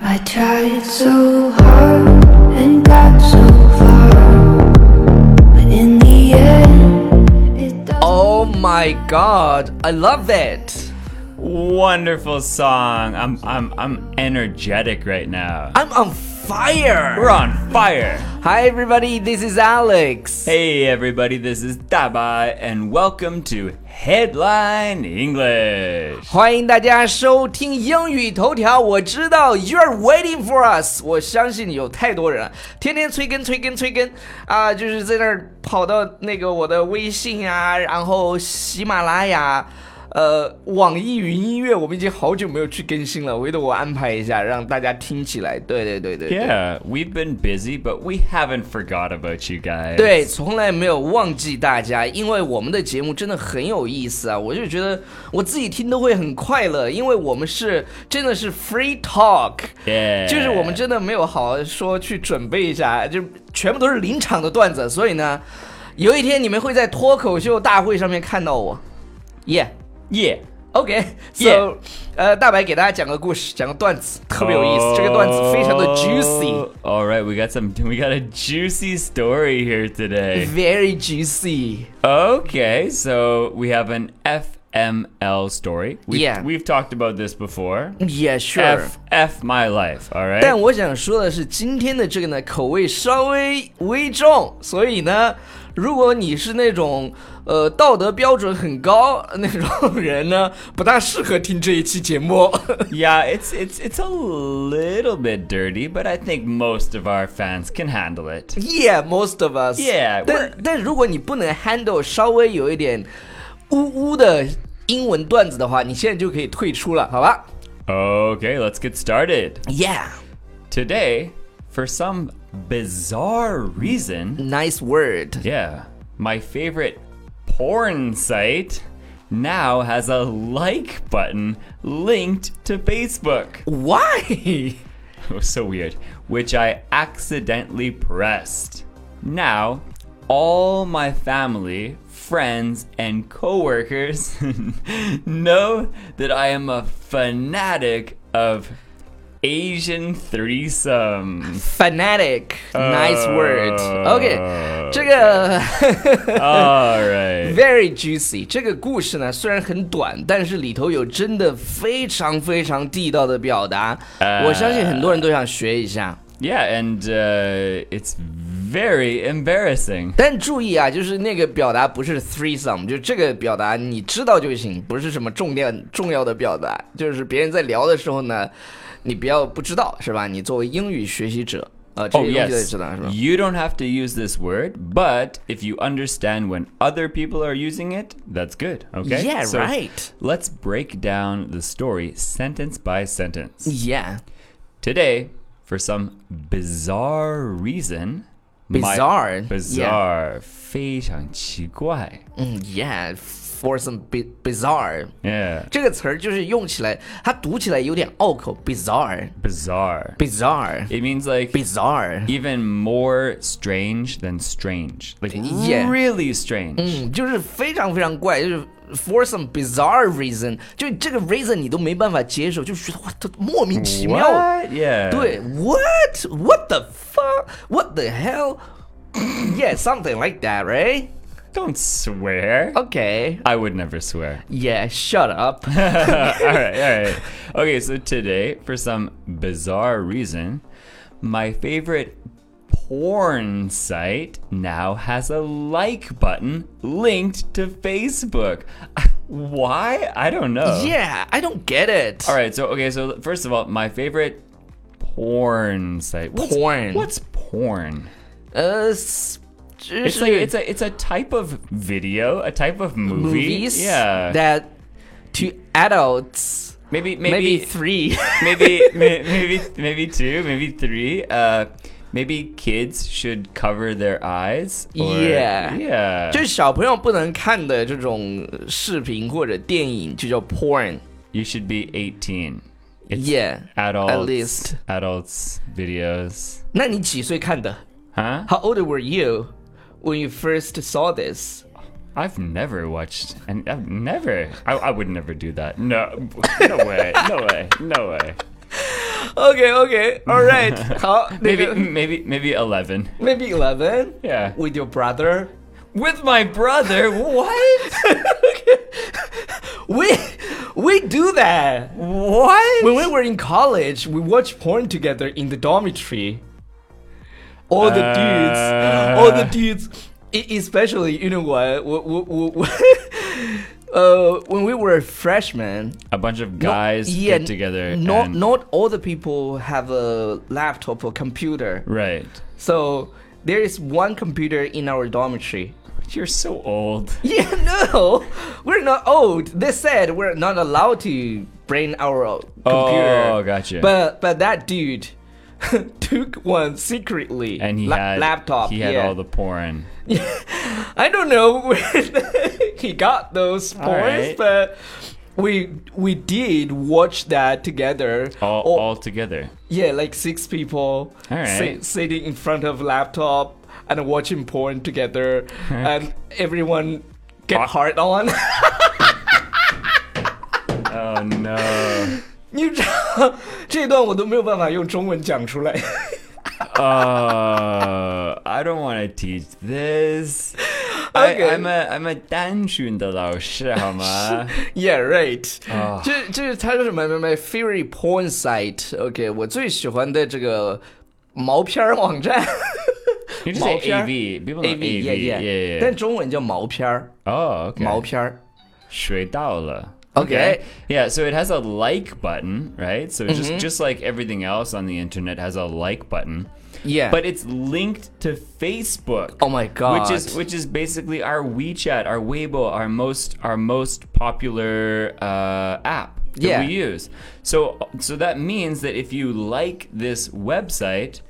I tried so hard and got so far, but in the end, it doesn't. Oh my god, I love it. Wonderful song. I'm I'm I'm energetic right now. I'm on fire. We're on fire. Hi everybody, this is Alex. Hey everybody, this is Daba and welcome to Headline English. 欢迎大家收听英语头条。我知道 you're waiting for us，我相信有太多人了天天催更、催更、催更啊，就是在那儿跑到那个我的微信啊，然后喜马拉雅。呃，网易云音乐我们已经好久没有去更新了，回头我安排一下，让大家听起来。对对对对对 Yeah, we've been busy, but we haven't forgot about you guys. 对，从来没有忘记大家，因为我们的节目真的很有意思啊！我就觉得我自己听都会很快乐，因为我们是真的是 free talk， Yeah. 就是我们真的没有好好说去准备一下，就全部都是临场的段子，所以呢，有一天你们会在脱口秀大会上面看到我，Yeah。 Yeah. OK，so，、 Yeah 呃，大白给大家讲个故事，讲个段子，特别有意思。这个段子非常的 Oh, All right, we got some we got a juicy story here today. juicy，very juicy。 Okay, so we have an FML story. We've, Yeah. We've talked about this before. Yeah, sure. F F my life, all right? 但我想说的是，今天的这个呢，口味稍微微重，所以呢，如果你是那种呃道德标准很高那种人呢，不大适合听这一期节目。 yeah, it's it's it's a little bit dirty, but I think most of our fans can handle it. yeah, most of us. Yeah, 但 we're- 但如果你不能 handle 稍微有一点呜呜的英文段子的话，你现在就可以退出了，好吧 Okay, let's get started. ？Yeah, Today, for some bizarre reason, nice word. yeah, my favorite porn site now has a like button linked to Facebook. Why? It was so weird, which I accidentally pressed. Now, all my family, friends, and coworkers know that I am a fanatic of Asian threesomes. Fanatic, nice word. OK，这个 all right. Very juicy。这个故事呢，虽然很短，但是里头有真的非常非常地道的表达，呃我相信很多人都想学一下。 Yeah, and uh, it's very embarrassing. 但注意啊，就是那个表达不是 threesome，就这个表达你知道就行，不是什么重点重要的表达。就是别人在聊的时候呢，你不要不知道是吧？你作为英语学习者，呃，这 Oh, 些东西得 yes. 知道是吧？ You don't have to use this word, but if you understand when other people are using it, that's good. Okay? Yeah, So, right. Let's break down the story sentence by sentence. Yeah, Today, for some bizarre reason, my- Bizarre, yeah. bizarre, 非常奇怪.嗯，Yeah, for some bi- bizarre。 Yeah, 这个词儿就是用起来，它读起来有点拗口，bizarre。 bizarre. bizarre It means like bizarre， even more strange than strange, like Yeah. really strange. 嗯，就是非常非常怪，就是 for some bizarre reason，就这个 reason 你都没办法接受，就觉得哇，它莫名其妙。 What? Yeah. 对，what what the fuck what the hell yeah something like that right Don't swear. okay I would never swear. yeah shut up all right, all right. Okay, so today, for some bizarre reason, my favorite porn site now has a like button linked to Facebook. Why? I don't know. yeah I don't get it All right, so okay, so first of all, my favorite porn site. What's, Porn. What's porn? 呃，s- 就 It's like 是 it's a it's a type of video, a type of movie. movies yeah. that to adults maybe maybe maybe three maybe may- maybe maybe two, maybe three. Uh, maybe kids should cover their eyes. Or, Yeah. yeah, 就是小朋友不能看的这种视频或者电影就叫 porn。 you should be eighteen. It's Yeah， adults, at least. adults videos, 那你几岁看的 huh? ？How old were you when you first saw this？ I've never watched, and I've never, I, I would never do that. No, no way, no way, no way. OK OK All right，好，那 Maybe 个 maybe maybe 11. Maybe eleven Yeah. with your brother With my brother? What? we we do that what? when we were in college we watched porn together in the dormitory all the Uh. dudes all the dudes e- especially you know what w- w- w- uh, when we were freshmen a bunch of not- guys yeah, get together not and not all the people have a laptop or computer right. so there is one computer in our dormitory You're so old. Yeah, no, we're not old. They said we're not allowed to bring our o- computer. Oh, gotcha. But but that dude took one secretly. and he La- had laptop. He had yeah. all the porn. I don't know where he got those points, right. but we we did watch that together. All, Or- all together. yeah, like six people All right. sitting in front of laptop and watching porn together, and everyone get Ah. hard on. Oh no. 你知道这段我都没有办法用中文讲出来。 Uh, I don't want to teach this. Okay. I, I'm a I'm a 单纯的老师好吗？ yeah, right. 啊这这是它是什么什么 Fury Porn Site。OK，我最喜欢的这个毛片儿网 站。 You just say 毛片儿 AV. People know A AV. V yeah yeah, yeah. 但中文叫毛片儿， oh, okay. 毛片儿。水到了. Okay. Yeah, so it has a like button, right? So it's Mm-hmm. just just like everything else on the internet has a like button, Yeah. but it's linked to Facebook. oh my god. Which is which is basically our WeChat, our Weibo, our most our most popular uh, app that Yeah. we use. So so that means that if you like this website,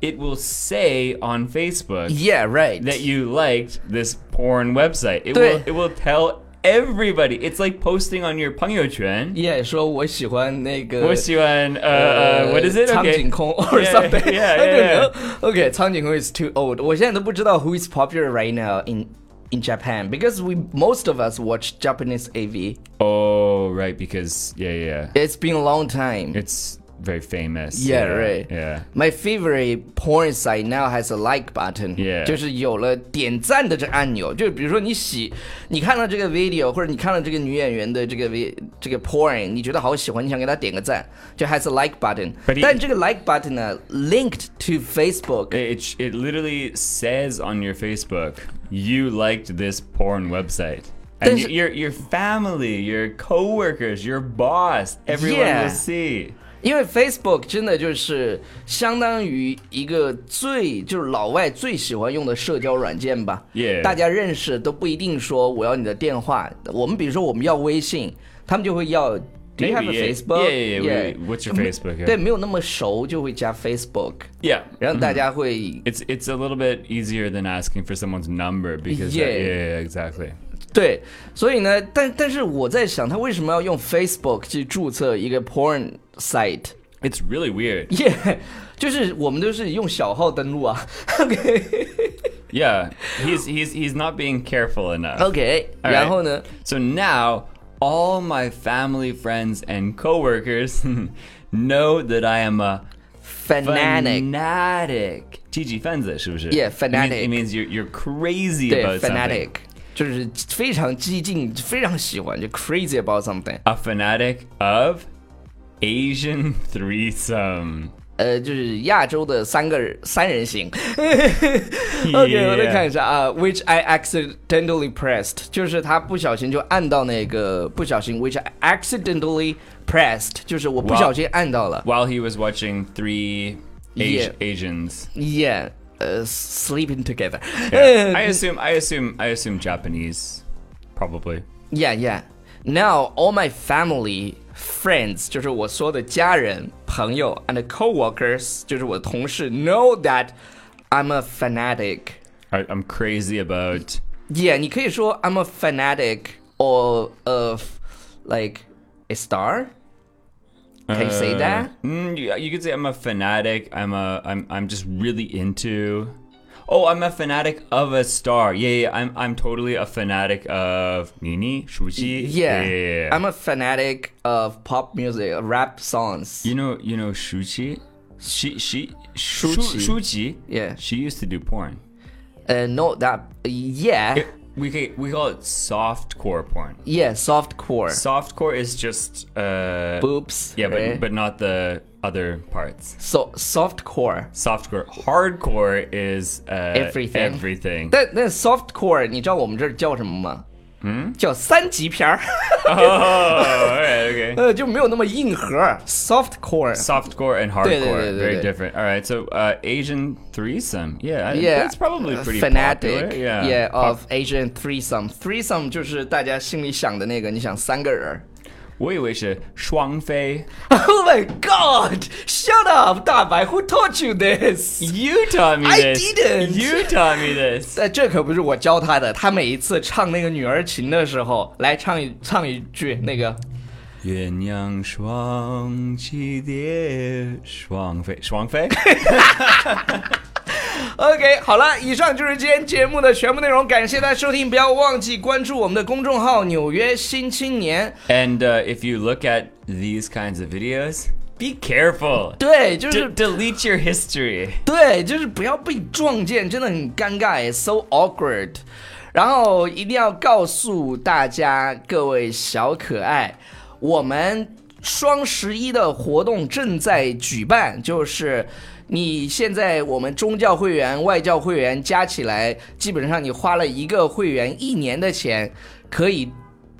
it will say on Facebook yeah, right. that you liked this porn website. It 对。 will it will tell everybody. It's like posting on your 朋友圈. yeah，说我喜欢那个。 What's you on, uh, uh, what is it? 苍 Okay. 井空 or Yeah, something. yeah, I don't yeah, know. Okay, 苍井空 is too old. 我现在都不知道 who is popular right now in in Japan because we most of us watch Japanese AV. Oh, right, because yeah, yeah. It's been a long time. It's very famous. Yeah, right. Yeah. My favorite porn site now has a like button，、 Yeah 就是有了点赞的这个按钮。就是比如说你喜，你看到这个 video 或者你看到这个女演员的这个 v 这个 porn，你觉得好喜欢，你想给她点个赞，就 has a like button But。it- 但这个 like button 呢，linked to Facebook。 It, it it literally says on your Facebook you liked this porn website. And There's- y- your your family, your coworkers, your boss, everyone Yeah. will see. 因为 Facebook 真的就是相当于一个最就是老外最喜欢用的社交软件吧。 Yeah 大家认识都不一定说我要你的电话，我们比如说我们要微信，他们就会要。Do you have a Maybe, yeah. Facebook? Um, Yeah, yeah, yeah, we- what's your Facebook? 对，没有那么熟就会加 Facebook， Yeah. 然后大家会 It's it's a little bit easier than asking for someone's number because uh, Yeah. yeah, yeah, yeah, exactly. 对，所以呢，但但是我在想，他为什么要用 Facebook 去注册一个 porn site？ It's really weird. 耶、就是我们都是用小号登录啊。OK Yeah, he's he's he's not being careful enough. OK， All 然 right. 后呢？ So now all my family, friends, and coworkers know that I am a fanatic. fanatic. Gigi Fenza, 是不是? Yeah, It means, fanatic. it means you're you're crazy 对 about ，fanatic something. 就是非常激进，非常喜欢，就 crazy about something。 A fanatic of Asian threesome. 呃，就是亚洲的三个人三人行。OK，我再看一下啊，which I accidentally pressed，就是他不小心就按到那个，不小心，which I accidentally pressed，就是我不哇小心按到了。 While he was watching three Asi- Yeah. Asians. Yeah，呃，sleeping together。 Yeah. I assume I assume I assume Japanese. Probably. Yeah, yeah. Now all my family, friends，就是我所有的家人、朋友，and coworkers，就是我的同事，know that I'm a fanatic. I, I'm crazy about Yeah，你可以说 I'm a fanatic or of like a star. Can you say Uh, that? mm, you, you could say I'm a fanatic. I'm a I'm I'm just really into. oh, I'm a fanatic of a star. Yeah, yeah, I'm I'm totally a fanatic of Nini, Shuji. Yeah. yeah, yeah, yeah. I'm a fanatic of pop music, of rap songs. You know, you know Shuchi. She she Shu- Shuqi. Shuqi, Yeah. She used to do porn. Uh, no, that yeah, It- we ca- we call it soft core porn. yeah, soft core, Soft core is just uh boobs. yeah, but right? but not the other parts. Eh? so soft core. Softcore, hardcore is uh, Everything. Everything. 但那 soft core，你知道我们这儿叫什么吗？嗯，叫三级片儿， oh, alright, okay. 呃，就没有那么硬核。soft core， Softcore and hardcore, yeah, yeah, yeah. very different. All right, so uh, Asian threesome, yeah, I- yeah, Uh, that's probably pretty fanatic, popular. Yeah, yeah, uh, Pop- of Asian threesome. Threesome 就是大家心里想的那个，你想三个人 儿。我以为是双飞。 Oh my god! Shut up, 大白，Who taught you this? You taught me I this. didn't. You taught me this. 但哎这可不是我教他的，他每一次唱那个女儿琴的时候，来唱一唱一句那个，鸳鸯双栖蝶，双飞，双飞。 OK，好了，以上就是今天节目的全部内容，感谢大家收听，不要忘记关注我们的公众号《纽约新青年》。 and uh, if you look at these kinds of videos, be careful. 对，就是 D- delete your history. 对，就是不要被撞见，真的很尴尬，so 哎 awkward。然后一定要告诉大家，各位小可爱，我们双十一的活动正在举办，就是你现在我们中教会员、外教会员加起来，基本上你花了一个会员一年的钱，可以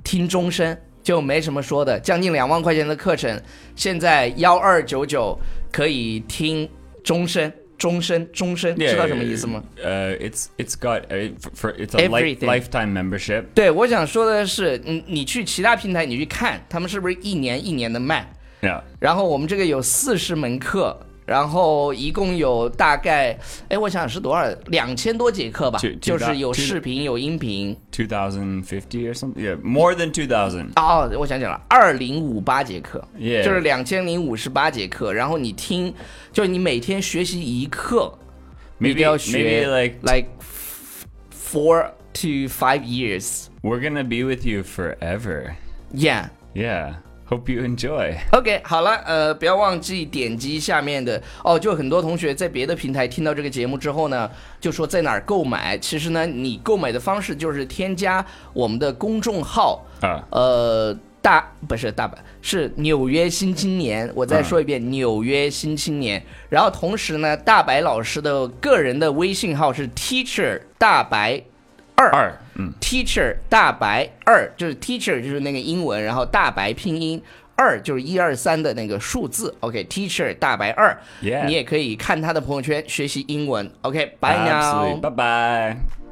听终身，就没什么说的。将近两万块钱的课程，现在幺二九九可以听终身，终身，终身，知道什么意思吗？ Uh, it's it's got uh, for, for it's a life, Everything. lifetime membership. 对，我想说的是，你你去其他平台，你去看他们是不是一年一年的卖。 Yeah. 然后我们这个有四十门课，然后一共有大概，哎，我想想是多少，两千多节课吧就，就就是有就视频有音频。 2050 or something. Yeah, more than 2000. 哦，我想起来了，二零五八节课 Yeah 就是两千零五十八节课。然后你听，就是你每天学习一课，你一 Maybe 定要学 maybe like like f- four to five years. we're gonna be with you forever. Yeah. Yeah. Hope you enjoy. OK，好了，呃，不要忘记点击下面的哦。就很多同学在别的平台听到这个节目之后呢，就说在哪儿购买。其实呢，你购买的方式就是添加我们的公众号，啊呃，大不是大阪，是纽约新青年。我嗯再说一遍，纽约新青年。然后同时呢，大白老师的个人的微信号是 Teacher 大白二二，嗯 teacher 大白二就是 teacher 就是那个英文，然后大白拼音二就是一二三的那个数字。OK，teacher、大白二 Yeah 你也可以看他的朋友圈学习英文。OK，bye now。 ，absolutely，拜拜。